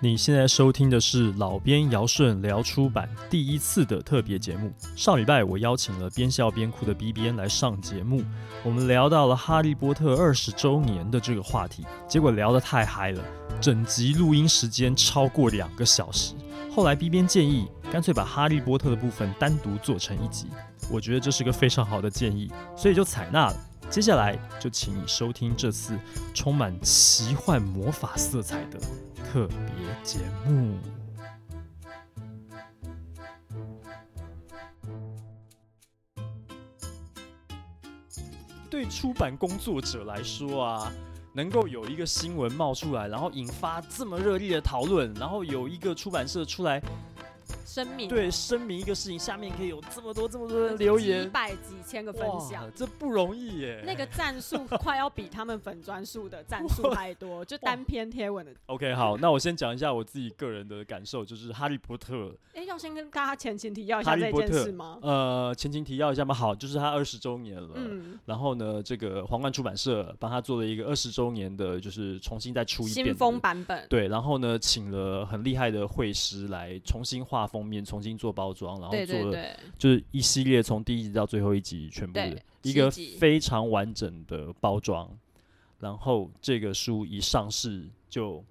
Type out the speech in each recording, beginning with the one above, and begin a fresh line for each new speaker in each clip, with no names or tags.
你现在收听的是老编姚顺聊出版第一次的特别节目。上礼拜我邀请了边笑边哭的 B 编来上节目，我们聊到了《哈利波特》二十周年的这个话题，结果聊得太嗨了，整集录音时间超过两个小时。后来 B 编建议，干脆把《哈利波特》的部分单独做成一集，我觉得这是个非常好的建议，所以就采纳了。接下来就请你收听这次充满奇幻魔法色彩的特别节目。对出版工作者来说啊，能够有一个新闻冒出来，然后引发这么热烈的讨论，然后有一个出版社
哎
出来
生命，
对声明一个事情，下面可以有这么多这么多
有
的留
几
言，
百几千个分享
哇，，这不容易耶。
那个 赞数快要比他们粉专数的赞数还多，就单篇贴文的。
OK，好，那我先讲一下我自己个人的感受，就是《哈利波特》
哎，要先跟大家前情提要一
哈
下
利
这
波
件
特
事吗？
呃，前情提要一下嘛，好，就是它二十周年了。
嗯，
然后呢，这个皇冠出版社帮他做了一个二十周年的，就是重新再出一遍
新
的
风版本，
对，然后呢，请了很厉害的绘师来重新画封面，重新做包装，然后做
对
了
对对，
就是一系列从第一集到最后一集全部的
对
一个
七集
非常完整的包装。然后这个书一上市就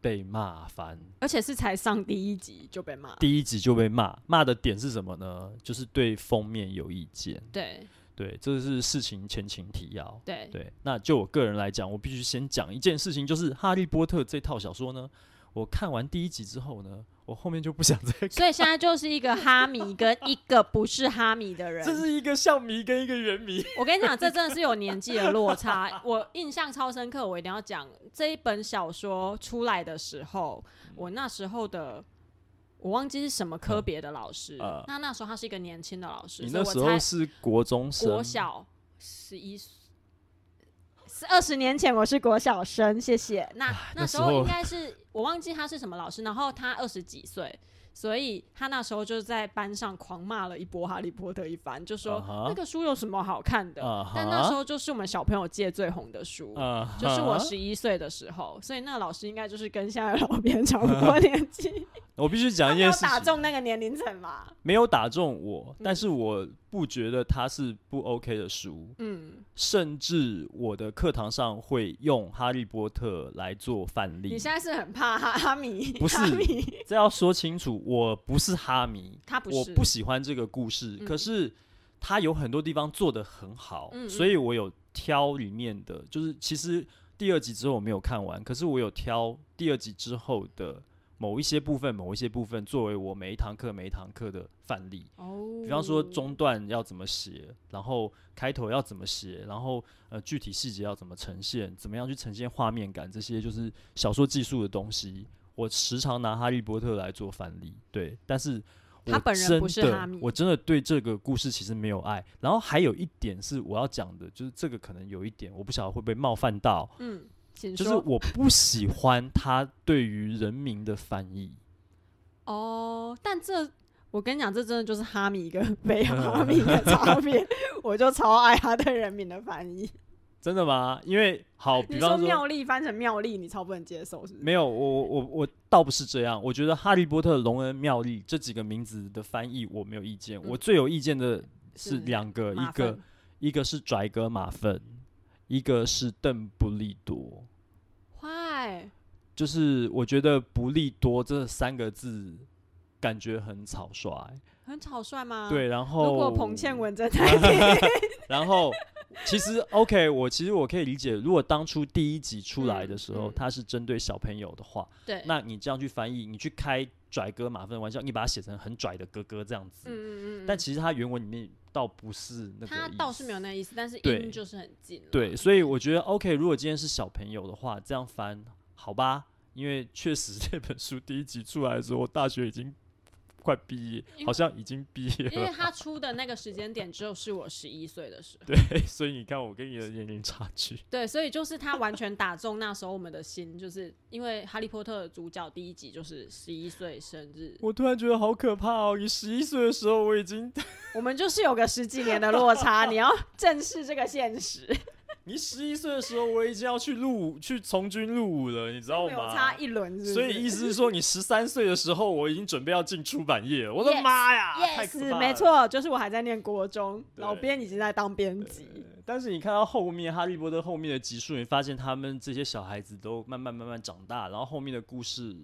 被骂翻，
而且是才上第一集就被骂，
第一集就被骂，骂的点是什么呢？就是对封面有意见。
对
对，这是事情前情提要。
对
对，那就我个人来讲，我必须先讲一件事情，就是《哈利波特》这套小说呢，我看完第一集之后呢，我后面就不想再看。
所以现在就是一个哈迷跟一个不是哈迷的人，
这是一个象迷跟一个人迷，
我跟你讲，这真的是有年纪的落差。我印象超深刻，我一定要讲这一本小说出来的时候，我那时候的我忘记是什么科别的老师。
嗯呃
那那时候他是一个年轻的老师，
你
所以
那
我
时候
猜
是国中生，
国小十一岁。是二十年前，我是国小生，谢谢。那
那
那时
时候
候应该是我忘记他是什么老师，然后他二十几岁，所以他那时候就在班上狂骂了一波《哈利波特》一番，就说、
啊哈
那个书有什么好看的？
啊哈
但那时候就是我们小朋友界最红的书，
啊
就是我
哈
十一岁的时候，所以那个老师应该就是跟现在的老编差不 多年纪，
我必须讲
他
一
没
件
有
事
打
情，
中那个年龄层吧？
没有打中我，但
嗯
是我不觉得它是不 OK 的书，
嗯，
甚至我的课堂上会用《哈利波特》来做范例
你。现在是很怕哈哈米，
不是
哈米，
这要说清楚，我不是哈迷，
他不
我
是，
不喜欢这个故事，
嗯
可是它有很多地方做得很好，
嗯嗯
所以我有挑里面的，就是其实第二集之后我没有看完，可是我有挑第二集之后的某一些部分，某一些部分作为我每一堂课每一堂课的范例。
哦，
比方说中段要怎么写，然后开头要怎么写，然后呃具体细节要怎么呈现，怎么样去呈现画面感，这些就是小说技术的东西。我时常拿《哈利波特》来做范例，对，但是我
他本人
真
不是
的
哈迷
我真的对这个故事其实没有爱。然后还有一点是我要讲的，就是这个可能有一点我不晓得会不会冒犯到，
嗯，请
就
说，
是我不喜欢他对于人名的翻译。
哦，但这。我跟你讲，这真的就是哈 米跟非哈米的差别。我就超爱他对人民的翻译。
真的吗？因为好，比
你
方
说
说
妙丽翻成妙丽，你超不能接受，是不是？
没有，我我我倒不是这样。我觉得《哈利波特》《龙恩妙丽》这几个名字的翻译我没有意见，我
嗯
最有意见的是
是
两个，一
马
个
粪
一个是拽哥马粪，一个是邓布利多。
Why？
就是我觉得“不利多”这三个字感觉很草率、
很草率吗？。
对，然后
啊如果彭倩文 在台北，
然后其实 OK，我其实我可以理解，如果当初第一集出来的时候，
嗯嗯
它是针对小朋友的话，
对，
那你这样去翻译，你去开拽哥马粪的玩笑，你把它写成很拽的哥哥这样子，
嗯嗯嗯，
但其实它原文里面倒不是那个
他
意
倒
思
是没有那意思，但是
对
音就是很近了。
对，所以我觉得 OK，如果今天是小朋友的话，这样翻好吧，因为确实 这本书第一集出来的时候，我大学已经快毕业
因，为
好像已经毕业
因为
了，
他出的那个时间点只有是我十一岁的时候，
对，所以你看我跟你的年龄差距，
对，所以就是他完全打中那时候我们的心，就是因为《哈利波特》的主角第一集就是十一岁生日，
我突然觉得好可怕哦！你十一岁的时候，我已经
我们就是有个十几年的落差，你要正视这个现实。
你十一岁的时候，我已经要去入伍，去从军入伍了，你知道
有差
吗？
一轮是不是，
所以意思是说，你十三岁的时候，我已经准备要进出版业了。我的
Yes，
妈呀
啊
太可怕
是
了
没。错，就是我还在念国中，
对
老编已经在当编
对
辑，
但是你看到后面《哈利波特》后面的集数，你发现他们这些小孩子都慢慢慢慢长大，然后后面的故事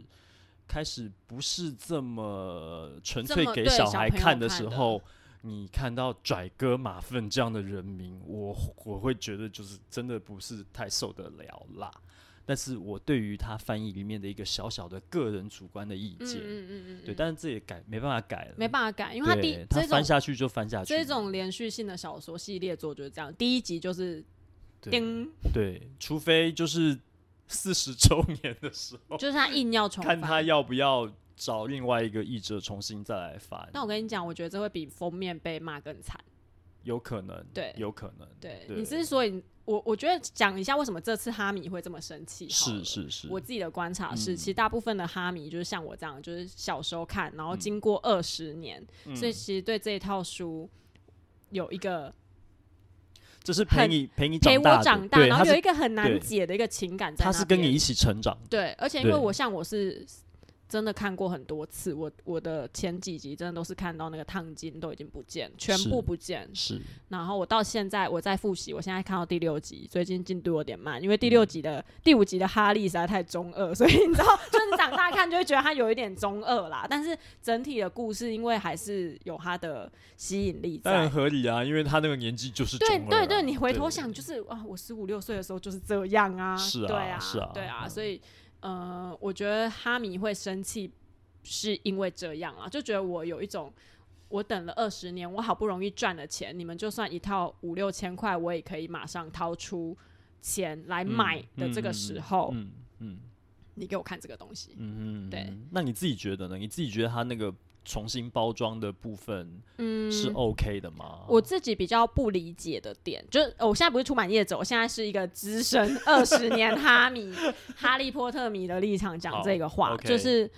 开始不是这么纯粹
这么
给
对
小
小
孩
朋友
看的
看
时
的
候，你看到拽哥马粪这样的人名，我我会觉得就是真的不是太受得了啦。但是我对于他翻译里面的一个小小的个人主观的意
嗯
见，
嗯嗯嗯，
对，
嗯
但是这也改没办法改了，
没办法改，因为他第
对他
这
翻
种
下去就翻下去，
这种连续性的小说系列作就是这样，第一集就是
对
叮，
对，除非就是四十周年的时候，
就是他硬要重
看他
翻。
要不要找另外一个译者重新再来翻，
但我跟你讲，我觉得这会比封面被骂更惨。
有可能，
对
有可能，
对
对
你之所以，我我觉得讲一下为什么这次哈迷会这么生气。
是，是是，
我自己的观察是，
嗯
其实大部分的哈迷就是像我这样，就是小时候看，然后
嗯
经过二十年，
嗯
所以其实对这一套书有一个
这是陪
很
你陪你
陪
长大
我
的，
长大，
对他
然后
是
有一个很难
对
解的一个情感在
他
那边。
是跟你一起成长的，
对，而且因为
对
我像我是真的看过很多次，我我的前几集真的都是看到那个烫金都已经不见，全
是
部不见。
是
然后我到现在我在复习，我现在看到第六集，最近进度有点慢，
嗯
因为第六集的、第五集的哈利实在太中二， 所以你知道，就是你长大看就会觉得他有一点中二啦。但是整体的故事，因为还是有它的吸引力
当然
在。
合理啊，因为他那个年纪就是
对
中二
对
啊
对，你回头
对
想，就是啊，我十五六岁的时候就是这样啊，
是啊
对啊，
是啊
对啊，
嗯
所以呃，我觉得哈迷会生气，是因为这样啊，就觉得我有一种。我等了二十年，我好不容易赚了钱，你们就算一套五六千块，我也可以马上掏出钱来买的这个时候，
嗯嗯
你给我看这个东西，
嗯嗯，
对
嗯，那你自己觉得呢？你自己觉得他那个重新包装的部分
嗯，
是 OK 的吗？
我自己比较不理解的点，就是呃我现在不是出版业者，我现在是一个 资深二十年哈迷、哈利波特迷的立场讲这个话，
好，OK
就是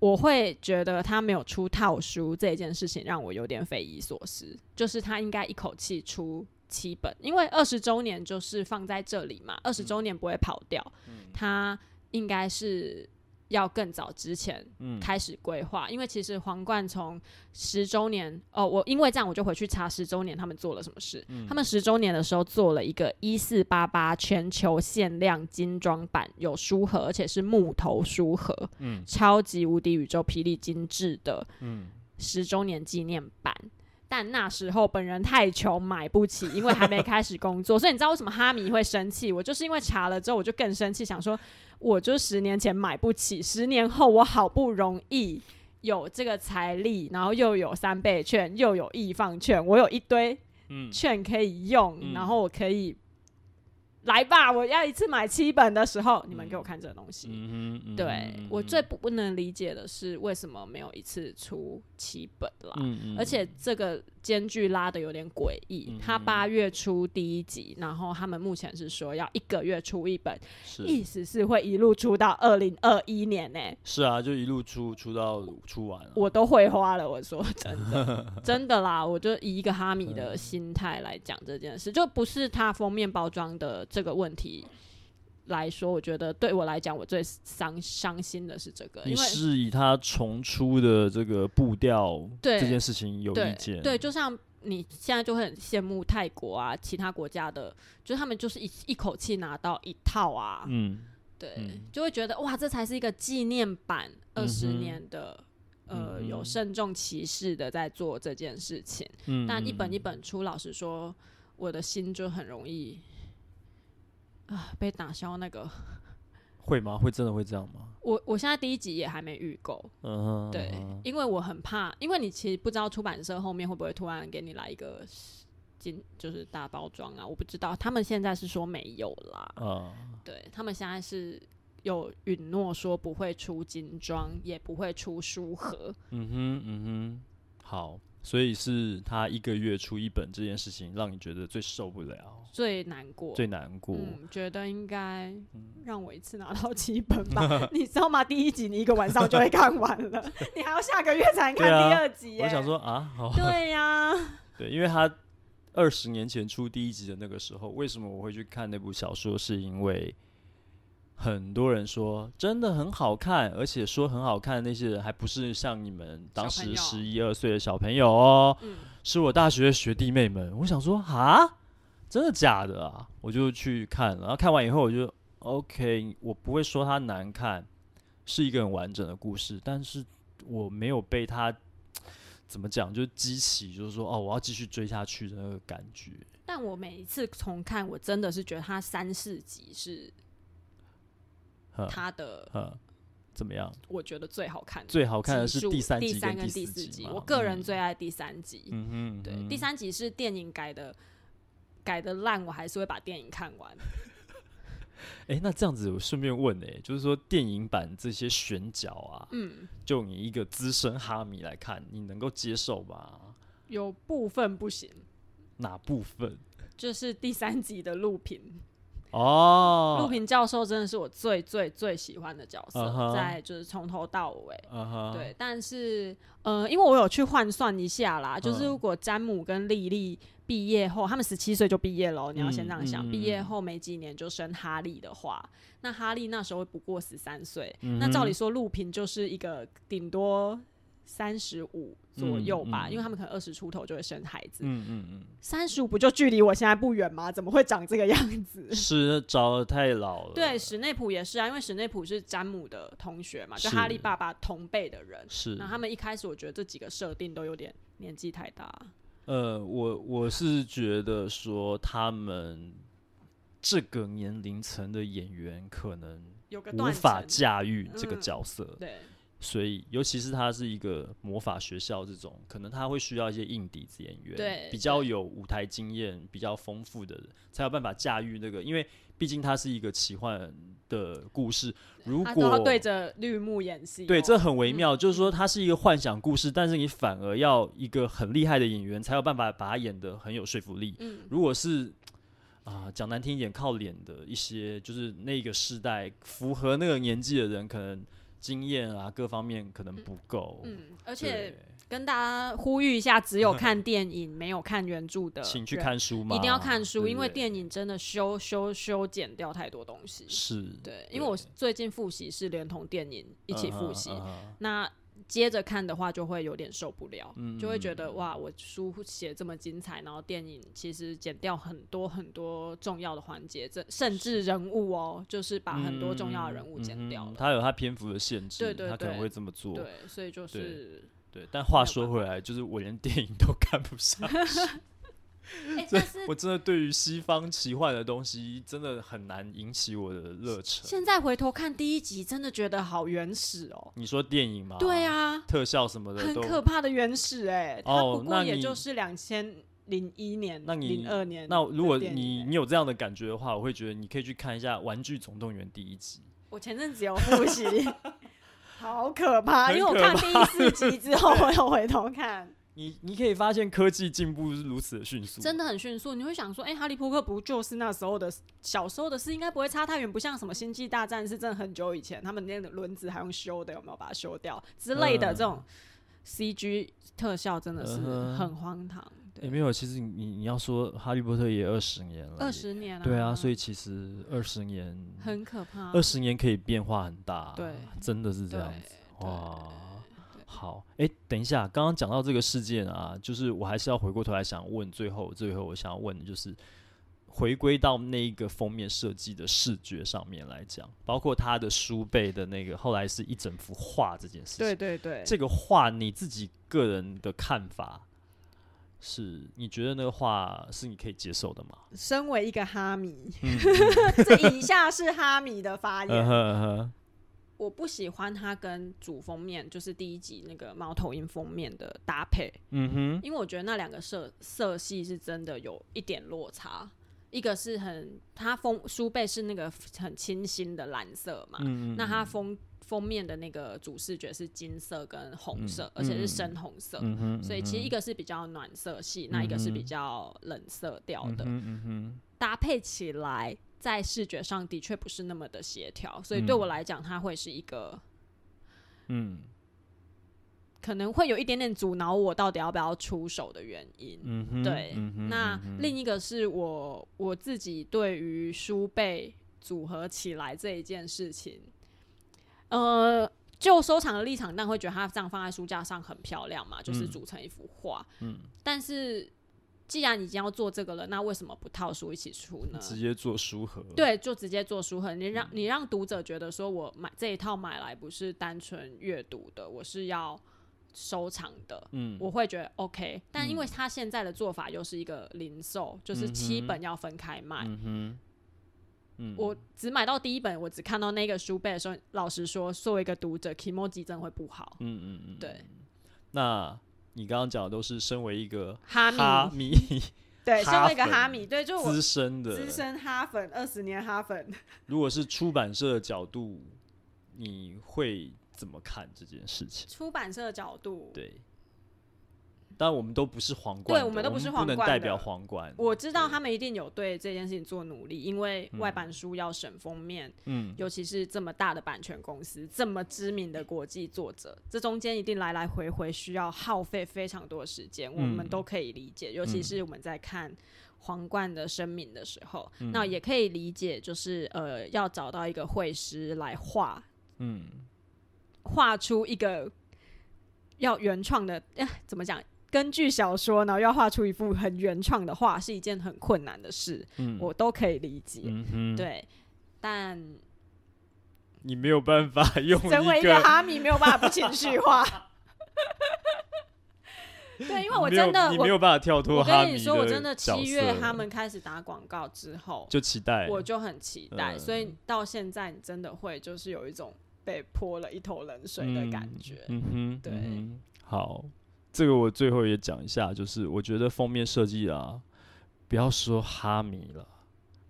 我会觉得他没有出套书这件事情让我有点匪夷所思，就是他应该一口气出。七本，因为二十周年就是放在这里嘛，
嗯
二十周年不会跑掉，他应该是要更早之前
嗯
开始规划，因为其实皇冠从十周年哦，我因为这样我就回去查十周年他们做了什么事。
嗯
他们十周年的时候做了一个一四八八全球限量精装版，有书盒，而且是木头书盒，
嗯
超级无敌宇宙霹雳精致的
嗯
十周年纪念版。但那时候本人太穷，买不起，因为还没开始工作，所 以你知道为什么哈迷会生气？我就是因为查了之后，我就更生气，想说我就十年前买不起，十年后我好不容易有这个财力，然后又有三倍券，又有易放券，我有一堆
嗯
券可以用，
嗯
然后我可以来吧，我要一次买七本的时候，你们给我看这个东西。
嗯哼，嗯
对
哼
我最不不能理解的是，为什么没有一次出七本啦？
嗯嗯
而且这个间距拉的有点诡异
嗯，
他八月出第一集，然后他们目前是说要一个月出一本，
是
意思是会一路出到二零二一年呢、
是啊，就一路出出到出完了。
我都会花了，我说真的，真的啦，我就以一个哈米的心态来讲这件事，就不是它封面包装的这个问题来说，我觉得对我来讲，我最伤伤心的是这个，
你
因为
是以他重出的这个步调
对
这件事情有
对
意见？
对，就像你现在就会很羡慕泰国啊，其他国家的，就是他们就是一一口气拿到一套啊，
嗯
对，
嗯
就会觉得哇，这才是一个纪念版二
嗯
十
哼
年的。呃，
嗯
有
哼
慎重其事的在做这件事情，
嗯，
但一
嗯
本一
嗯
本出，老实说，我的心就很容易啊被打消那个。
会吗？会真的会这样吗？
我我现在第一集也还没预购，
嗯哼，
对，
嗯哼
因为我很怕，因为你其实不知道出版社后面会不会突然给你来一个金，就是大包装啊，我不知道。他们现在是说没有啦，
啊，
对他们现在是有允诺说不会出精装，也不会出书盒。
嗯哼，嗯哼，好，所以是他一个月出一本这件事情，让你觉得最受不了、
最难过，
最难过。
嗯，觉得应该让我一次拿到七本吧， 你知道吗？第一集你一个晚上就会看完了，你还要下个月才能看
对啊
第二集、耶
我想，说啊，好，
对呀、
对，因为他二十年前出第一集的那个时候，为什么我会去看那部小说？是因为很多人说真的很好看，而且说很好看的那些人，还不是像你们当
小
时
朋友
十一二岁的小朋友哦，
嗯
是我大学的学弟妹们。我想说，哈，真的假的啊？我就去看了，然后看完以后，我就 OK，我不会说它难看，是一个很完整的故事，但是我没有被它怎么讲，就激起，就是说哦，我要继续追下去的那个感觉。
但我每一次重看，我真的是觉得它三四集是
呵
它的，
呵，怎么样？
我觉得最好看的集数。
最好看的是第三集
第三
第
第
四
四
集
集
嘛。，
我个人
嗯
最爱第三集。
嗯哼，
对，
嗯
第三集是电影改的，改的烂，我还是会把电影看完。
哎、那这样子我顺便问哎、就是说电影版这些选角啊，
嗯，
就你一个资深哈迷来看，你能够接受吗？
有部分不行，
哪部分？
就是第三集的陆平，陆
哦，
平教授真的是我最最最喜欢的角
嗯哼
色，在就是从头到尾。
嗯哼，
对，但是呃，因为我有去换算一下啦，就是
嗯
如果詹姆跟莉莉毕业后，他们十七岁就毕业了哦，你要先
嗯
这样想，
嗯
毕业
嗯
后没几年就生哈利的话，那哈利那时候不过十三岁，
嗯哼，
那照理说陆平就是一个顶多三十五左右吧，
嗯嗯
因为他们可能二十出头就会生孩子，
嗯嗯
三十五不就距离我现在不远吗？怎么会长这个样子
嗯，？是找的太老了，
对，史内普也是啊，因为史内普是詹姆的同学嘛，就是哈利爸爸同辈的人。
是
那他们一开始我觉得这几个设定都有点年纪太大，
呃，我我是觉得说他们这个年龄层的演员可能
有个
无
断
法
层。
驾驭这个
嗯
角色，
对，
所以尤其是他是一个魔法学校这种，可能他会需要一些硬底子演员，
对
比较
对
有舞台经验、比较丰富的人，才有办法驾驭那个，因为毕竟它是一个奇幻的故事，如
他都要
果
对着绿幕演戏哦、
对，这很微妙，就是说它是一个幻想故事，但是你反而要一个很厉害的演员才有办法把它演得很有说服力。
嗯
如果是啊讲、难听一点，靠脸的一些，就是那个时代符合那个年纪的人，可能经验啊各方面可能不够。
嗯，而
而
且跟大家呼吁一下，只有看电影没有看原著的，
请去。看书嘛，
呃一定要看书，
对
因为
对
电影真的修修修剪掉太多东西。
是
对，因为我最近复习是连同电影一起复习，
嗯哼嗯哼
那接着看的话就会有点受不了，
嗯
就会觉得哇，我书写这么精彩，然后电影其实剪掉很多很多重要的环节，这甚至人物哦，就是把很多重要的人物剪掉
嗯哼
了。
它有它篇幅的限制，
对对
它可能
对
会这么做。
对，所以就是，
对，但话说回来，就是我连电影都 看不上，
哎，但 是
我真的对于西方奇幻的东西真的很难引起我的热忱。
现在回头看第一集，真的觉得好原始哦。
你说电影吗？
对，啊，
特效什么的
很
都。
可怕的原始哎、它
哦
不
那
过也
你
就是两千零一年、
那你
零二年的电
那
影欸。
如果你你有这样的感觉的话，我会觉得你可以去看一下《玩具总动员》第一集。
我前阵子有 复习，好可怕！
很
因为我看第四集之后，我有回头 看，
你你可以发现科技进步是如此的迅速，
真的很迅速。你会想说，哎、哈利波特不就是那时候的小时候的事，应该不会差太远，不像什么星际大战是真的很久以前，他们那个轮子还用修的，有没有把它修掉之类的、
嗯
这种 CG 特效真的是
嗯哼
很荒唐。
也、
对，
没有，其实你你要说《哈利波特》也二十年了，
二十年了、
对啊，所
以
以其实二十年，
很可怕。
二十年可以变化很大，
啊
啊
对，
真的是这
对
样子，哇。好，哎、等一下，刚刚讲到这个事件啊，就是我还是要回过头来想问，最后最后我想要问的就是，回归到那一个封面设计的视觉上面来讲，包括它的书背的那个后来是一整幅画这件事情，
对对对，
这个画你自己个人的看法是，你觉得那个画是你可以接受的 吗？
身为一个哈迷，
嗯
这以下是哈迷的发言
嗯。哼嗯哼
我不喜欢它跟主封面，就是第一集那个猫头鹰封面的搭配，
嗯哼，
因为我觉得那两个色色系是真的有一点落差。一个是很，它封书背是那个很清新的蓝色嘛，
嗯
那它封封面的那个主视觉是金色跟红色，而且是深红色，
嗯哼，
所以其实一个是比较暖色系，那一个是比较冷色调的。
嗯嗯哼，
搭配起来，在视觉上的确不是那么的协调，所以对
嗯
我来讲，它会是一个
嗯，
可能会有一点点阻挠我到底要不要出手的原因。
嗯哼，
对
嗯哼
那
嗯哼
另一个是我我自己对于书被组合起来这一件事情，呃，就收藏的立场，但会觉得它这样放在书架上很漂亮嘛，就是
嗯
组成一幅画。
嗯，
但是既然已经要做这个了，那为什么不套书一起出呢？
直接做书盒，，
对，就直接做书盒，你
嗯
让你让读者觉得说我买这一套买来不是单纯阅读的，我是要收藏的。
嗯，
我会觉得 OK，但因为他现在的做法又是一个零售，就是
嗯
七
哼
本要分开卖。
嗯哼，嗯，
我只买到第一本，我只看到那个书背的时候，老实说，作为一个读者，emoji 真的会不好。
嗯嗯嗯，
对，
那你刚刚讲的都是身为一个
哈迷，
哈迷
对，身
哈
为一个
粉
哈迷，对，就我
资深的，
资深哈粉，二十年 哈粉。
如果是出版社的角度，你会怎么看这件事情？
出版社的角度，
对，但我们都不是皇冠的，
对我们都不
不
是
不
皇
能
冠
代
的
表皇冠。
我知道他们一定有对这件事情做努力，因为外版书要审封面，
嗯，
尤其是这么大的版权公司，这么知名的国际作者，这中间一定来来回回需要耗费非常多的时间，我们都可以理解。尤其是我们在看皇冠的声明的时候，那也可以理解，就是呃，要找到一个绘师来画，
嗯，
画出一个要原创的，哎、怎么讲？根据小说，然后要画出一幅很原创的画，是一件很困难的事，
嗯
我都可以理解。
嗯哼，
对， 但
你没有办法 用
身为
一
一个哈迷，没有办法不情绪化。 对，因为我
你没有
真的，
你没
我
有办法跳脱
我
哈
跟
迷
你说，我真
的
的
角
七月
色
他们开始打广告之后，
就期待
我就很期待，
嗯
所以到现在你真的会就是有一种被泼了一头冷水的感觉。
嗯嗯哼，
对
嗯哼好，这个我最后也讲一下，就是我觉得封面设计啊，不要说哈迷了，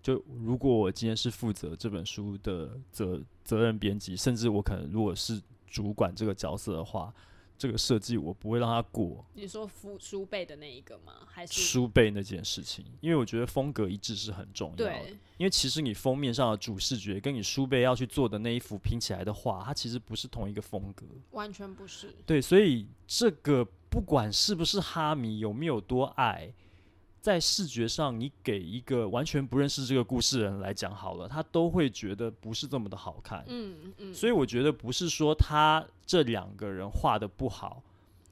就如果我今天是负责这本书的责责任编辑，甚至我可能如果是主管这个角色的话，这个设计我不会让它过
你说敷书背的那一个吗？还是
书背那件事情，因为我觉得风格一致是很重要的。
对
因为其实你封面上的主视觉跟你书背要去做的那一幅拼起来的画，它其实不是同一个风格。
完全不是？
对，所以这个不管是不是哈迷，有没有多爱，在视觉上，你给一个完全不认识这个故事的人来讲好了，他都会觉得不是这么的好看。
嗯嗯，
所以我觉得不是说他这两个人画的不好，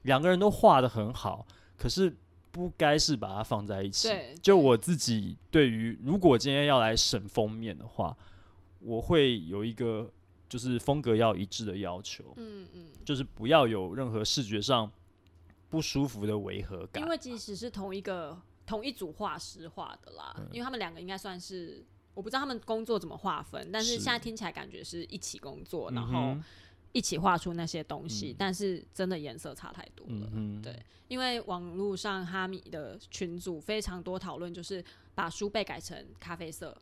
两个人都画的很好，可是不该是把它放在一起。
对
就我自己对于，如果今天要来审封面的话，我会有一个就是风格要一致的要求。
嗯嗯，
就是不要有任何视觉上不舒服的违和感
因。为即使是同一个同一组画师画的啦，
嗯
因为他们两个应该算是我不知道他们工作怎么划分，但是
是
现在听起来感觉是一起工作，
嗯
然
哼
后一起画出那些东西，
嗯
但是真的颜色差太多了。
嗯哼，
对因为网络上哈米的群组非常多讨论，就是把书背改成咖啡色，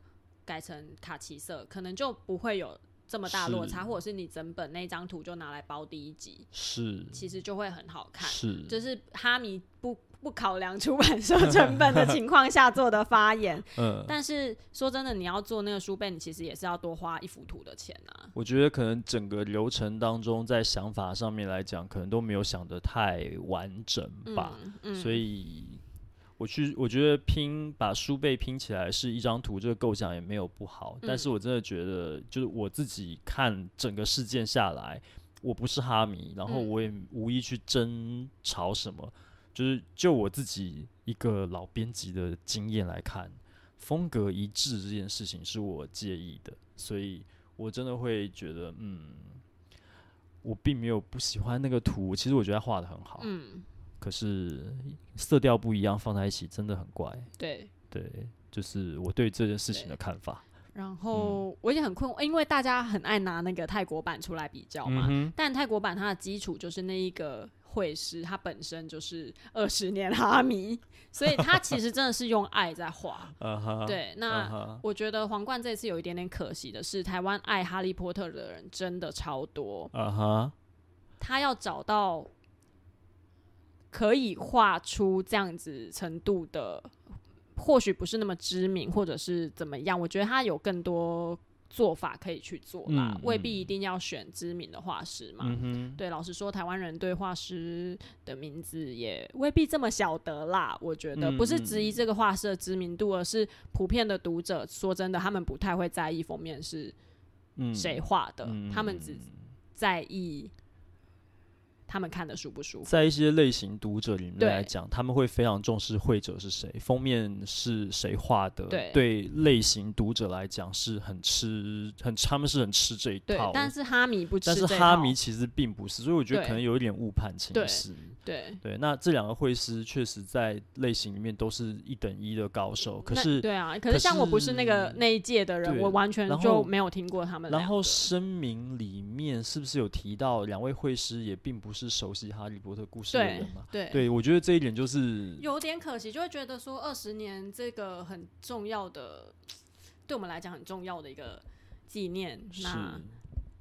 改成卡其色，可能就不会有这么大落差，
是
或者是你整本那张图就拿来包第一集，
是
其实就会很好看。
是，
就是哈迷不不考量出版社成本的情况下做的发言。
嗯，
但是说真的，你要做那个书背，你其实也是要多花一幅图的钱啊。
我觉得可能整个流程当中，在想法上面来讲，可能都没有想得太完整吧。
嗯，嗯
所以我去，我觉得拼把书背拼起来是一张图，这个构想也没有不好。但
嗯
是我真的觉得，就是我自己看整个事件下来，我不是哈迷，然后
嗯
我也无意去争吵什么。就是就我自己一个老编辑的经验来看，风格一致这件事情是我介意的，所以我真的会觉得，嗯。我并没有不喜欢那个图，其实我觉得他画的很好，
嗯，
可是色调不一样放在一起真的很怪。
对。
对，就是我对这件事情的看法。
然后我也很困惑，因为大家很爱拿那个泰国版出来比较嘛。
嗯哼，
但泰国版它的基础就是那一个会师，他本身就是二十年哈迷，所以他其实真的是用爱在画。
啊哈，
对，那
啊哈，
我觉得皇冠这次有一点点可惜的是，台湾爱哈利波特的人真的超多，
啊哈，
他要找到可以画出这样子程度的，或许不是那么知名，或者是怎么样，我觉得他有更多做法可以去做啦，
嗯
未
嗯
必一定要选知名的画师嘛。
嗯哼，
对，老实说，台湾人对画师的名字也未必这么晓得啦。我觉得
嗯
不是
嗯
质疑这个画师的知名度，而是普遍的读者，说真的，他们不太会在意封面是
嗯
谁画的，
嗯
他们只在意他们看的舒不舒服。
在一些类型读者里面
对
来讲，他们会非常重视绘者是谁，封面是谁画的。
对
类型读者来讲是很吃很，他们是很吃这一
对
套，。
但是哈迷不吃
但是
这一
哈
套
迷其实并不是，所以我觉得
对
可能有一点误判情
对
势。
对，
对，那这两个绘师确实在类型里面都是一等一的高手，可
那
是
对啊，可
可
是像我不是那个
是
那一届的人，
对
我完全
然
就
后
没有听过他们两
然后
个
声明里面是不是有提到两位绘师也并不是熟悉《哈利波特》故事的
对
人嘛？
对
对，我觉得这一点就是
有点可惜，就会觉得说二十年这个很重要的，对我们来讲很重要的一个纪念，
是
那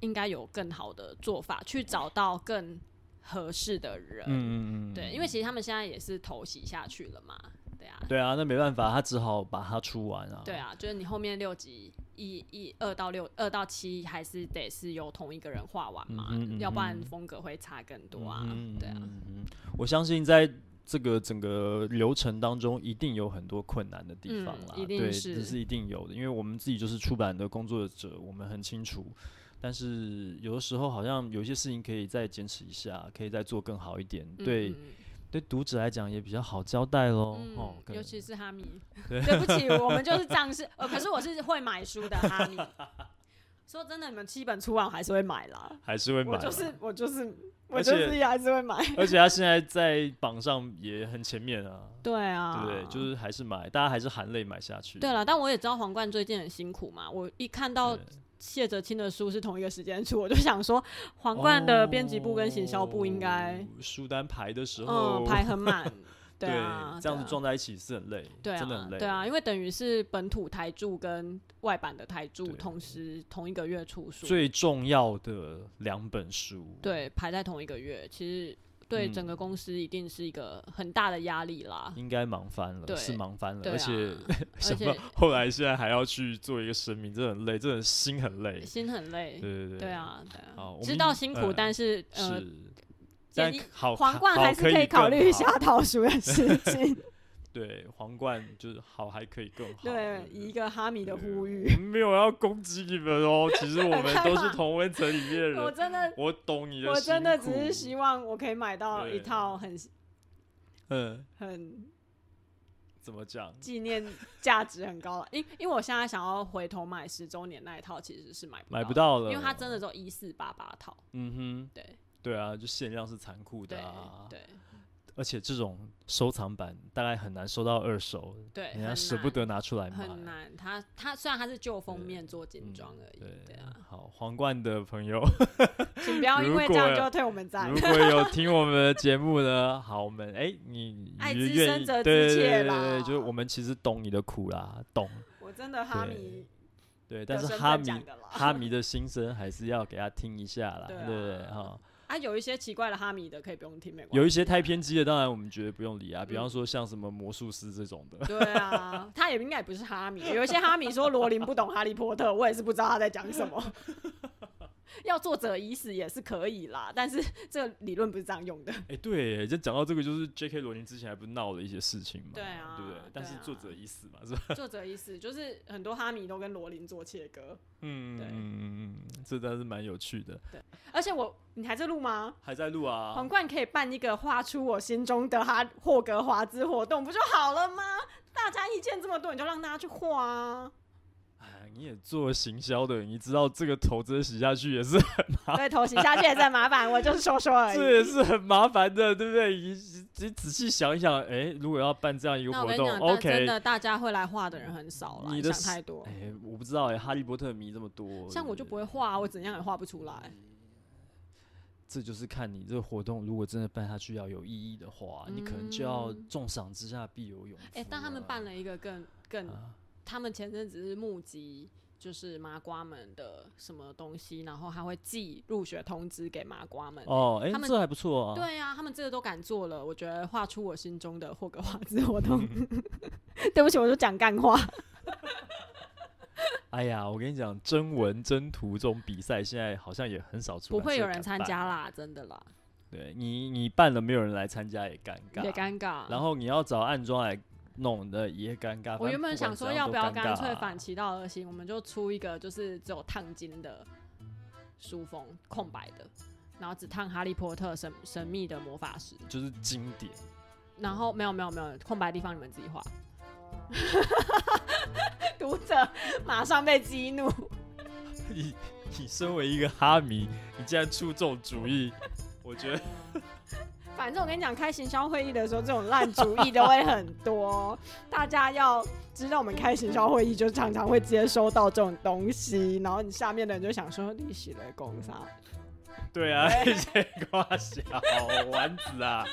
应该有更好的做法去找到更合适的人。
嗯嗯嗯，
对，因为其实他们现在也是投袭下去了嘛，对啊，
对啊，那没办法，他只好把它出完啊。
对啊，就是你后面六集一一二到六二到七还是得是由同一个人画完嘛，
嗯哼嗯哼
要不然风格会差更
嗯
多啊，
嗯
对啊，
嗯嗯我相信在这个整个流程当中，一定有很多困难的地方啦，
嗯一定
对，
是
这是一定有的，因为我们自己就是出版的工作者，我们很清楚。但是有的时候，好像有些事情可以再坚持一下，可以再做更好一点，
嗯
对
嗯嗯
对，读者来讲也比较好交代喽。哦，可
嗯，尤
能
其是哈 迷，对不起，我们就是仗势。呃，可是我是会买书的 哈迷。说真的，你们七本出完我还是会买啦。
还是会
我
买啦，
就是我就是我
而
就
且
是还是会买。
而且他现在在榜上也很前面啊，
对啊，
对不对？就是还是买，大家还是含泪买下去。
对了。但我也知道皇冠最近很辛苦嘛。我一看到
对
谢哲青的书是同一个时间出，我就想说，皇冠的编辑部跟行销部应该
哦、书单排的时候，
嗯排很满。
哦对
啊，
这样子
对啊
撞在一起是很累，
对啊，
真的很累，
对啊，因为等于是本土台柱跟外版的台柱
对
同时同一个月出书，
最重要的两本书，
对排在同一个月，其实对整个
嗯
公司一定是一个很大的压力啦。
应该忙翻
对
了，是忙翻了，
对啊
而且
而
想
且
到后来现在还要去做一个声明，真的很累，真的心很累，
心很累
对。对对，
对，啊，对啊
好，我
知
们
道辛苦，
呃
但是呃，
是，
建
但
议
好
皇冠
好
还是可以
以
考
更
虑一
好
下，桃叔的事情。
对，皇冠就是好还可以更 好，
对，以一个哈米的呼吁
对，我没有要攻击你们哦，其实我们
害
都
怕
是同温层里面的人
我，真 的，
我懂你的，
我真的只是希，望我可以买到一
对
套很
嗯，
很
怎么讲？
纪念价值很高的，因因为我现在想要回头买十周年那一套，其实是买
买不
不
到
的，
了，
因为它真的只有一四八八套。
嗯哼，
对
对啊，就限量是残酷的
对
啊，
对
而且这种收藏版大概很难收到二手，
对，
人家
很
舍
难
不得拿出来买，
很难。它它虽然它是旧封
对嗯
面做精装而已，
对
对啊，
好，皇冠的朋友，
请不要因
如
为这
果
样就退我们赞
如。果有听我们的节目呢，好，我们哎、你
爱
你
之
愿
深
意
责
对
之
对
切
对对
啦
对，就是我们其实懂你的苦啦， 懂
我真的哈迷
对，但
有
是
身
哈
份
迷
讲的啦。
哈迷的心声还是要给他听一下啦，
对
对
啊
不对哈？
啊，有一些奇怪的哈迷的可以不用听，没关系。
有一些太偏激的，当然我们觉得不用理啊，比
啊嗯
方说像什么魔术师这种 的，
对啊，他也应该也不是哈迷。有一些哈迷说罗琳不懂哈利波特，我也是不知道他在讲什么。要作者已死也是可以啦，但是这个理论不是这样用的。
哎，对，就讲到这个，就是 J.K. 罗琳之前还不是闹了一些事情嘛，
对啊
对不对
对啊？
但是作者已死嘛，是 吧？
作者已死就是很多哈迷都跟罗琳做切割，
嗯
对
嗯嗯嗯，这倒是蛮有趣的，
而且我你还在录吗？
还在录
皇
啊，
冠可以办一个画出我心中的哈霍格华兹活动，不就好了吗？大家意见这么多，你就让大家去画啊。
哎，你也做行销的，你知道这个投资洗下去也 是
对，头洗下去也是很麻烦，我就是说说而
这也
已。
是很麻烦的，对不对？你你仔细想一想，哎，如果要办这样一个
那
活
我跟你
动
讲，但真
，OK，
的大家会来画的人很少了，
你
想
的
太多。
哎，我不知道哎，哈利波特迷这么多，
像我就
对
不会画，啊我怎样也画不出来。
嗯这就是看你这个活动，如果真的办下去要有意义的话，你可能就要
嗯
重赏之下必有勇夫、啊。
哎、但他们办了一个更更，
啊
他们前阵子是募集就是麻瓜们的什么东西，然后他会寄入学通知给麻瓜们。
哦，哎、
他们
这还不错啊。，
对啊，他们这个都敢做了，我觉得画出我心中的霍
嗯
格华兹活动。对不起，我就讲干话。
哎呀，我跟你讲，征文征图这种比赛现在好像也很少出
不
版社敢办，
会有人参加啦，真的啦，
对你，你办了没有人来参加也尴尬，
也尴尬。
然后你要找暗装来弄的也尴尬。
我原本
啊反正
想
不
说，
管怎样
要
都
不要
尴
干
尬
脆
啊
反其道而行，我们就出一个就是只有烫金的书封空白的，然后只烫《哈利波特神》神秘的魔法师，
就是经典，
然后没有没有没有空白的地方你们自己画。 读者马上被激怒，
你你身为一个哈迷，你竟然出这种主意，我觉得
反正我跟你讲，开行销会议的时候，这种烂主意都会很多。大家要知道，我们开行销会议就常常会接收到这种东西，然后你下面的人就想说历史的攻杀。
对啊，
哎
一些瓜小丸子啊，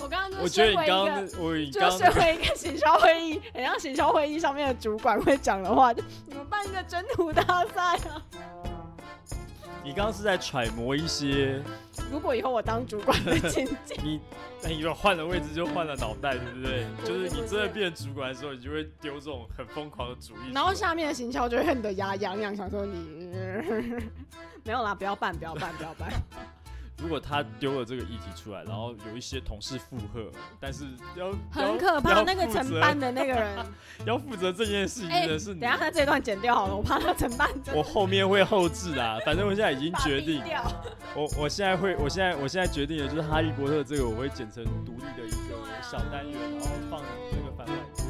我刚刚
我
就
觉得你
身为一
刚刚
个，
那我你
就
刚
身
刚
为一个行销会议，很像行销会议上面的主管会讲的话，就你们办一个征途大赛啊！
你刚刚是在揣摩一些，
如果以后我当主管的情 景，
你那你说换了位置就换了脑袋，对不对？
不
就是
是
你
不
真的
是
变主管的时候，你就会丢这种很疯狂的主意出来。
然后下面的行销就会恨得牙痒痒，想说你没有啦，不要办，不要办，不要办。
如果他丢了这个议题出来，然后有一些同事附和，但是要
很可怕，那个承办
班
的那个人，
要负责这件事情
哎、
的是
等 一
你。
下他这段剪掉好了，我怕他承办真的
我后面会后置啦，反正我现在已经
把他
决
毙
定，
掉。
我我现在会，我现在我现在决定的就是《哈利波特》这个我会剪成独立的一个小单元，然后放这个番外。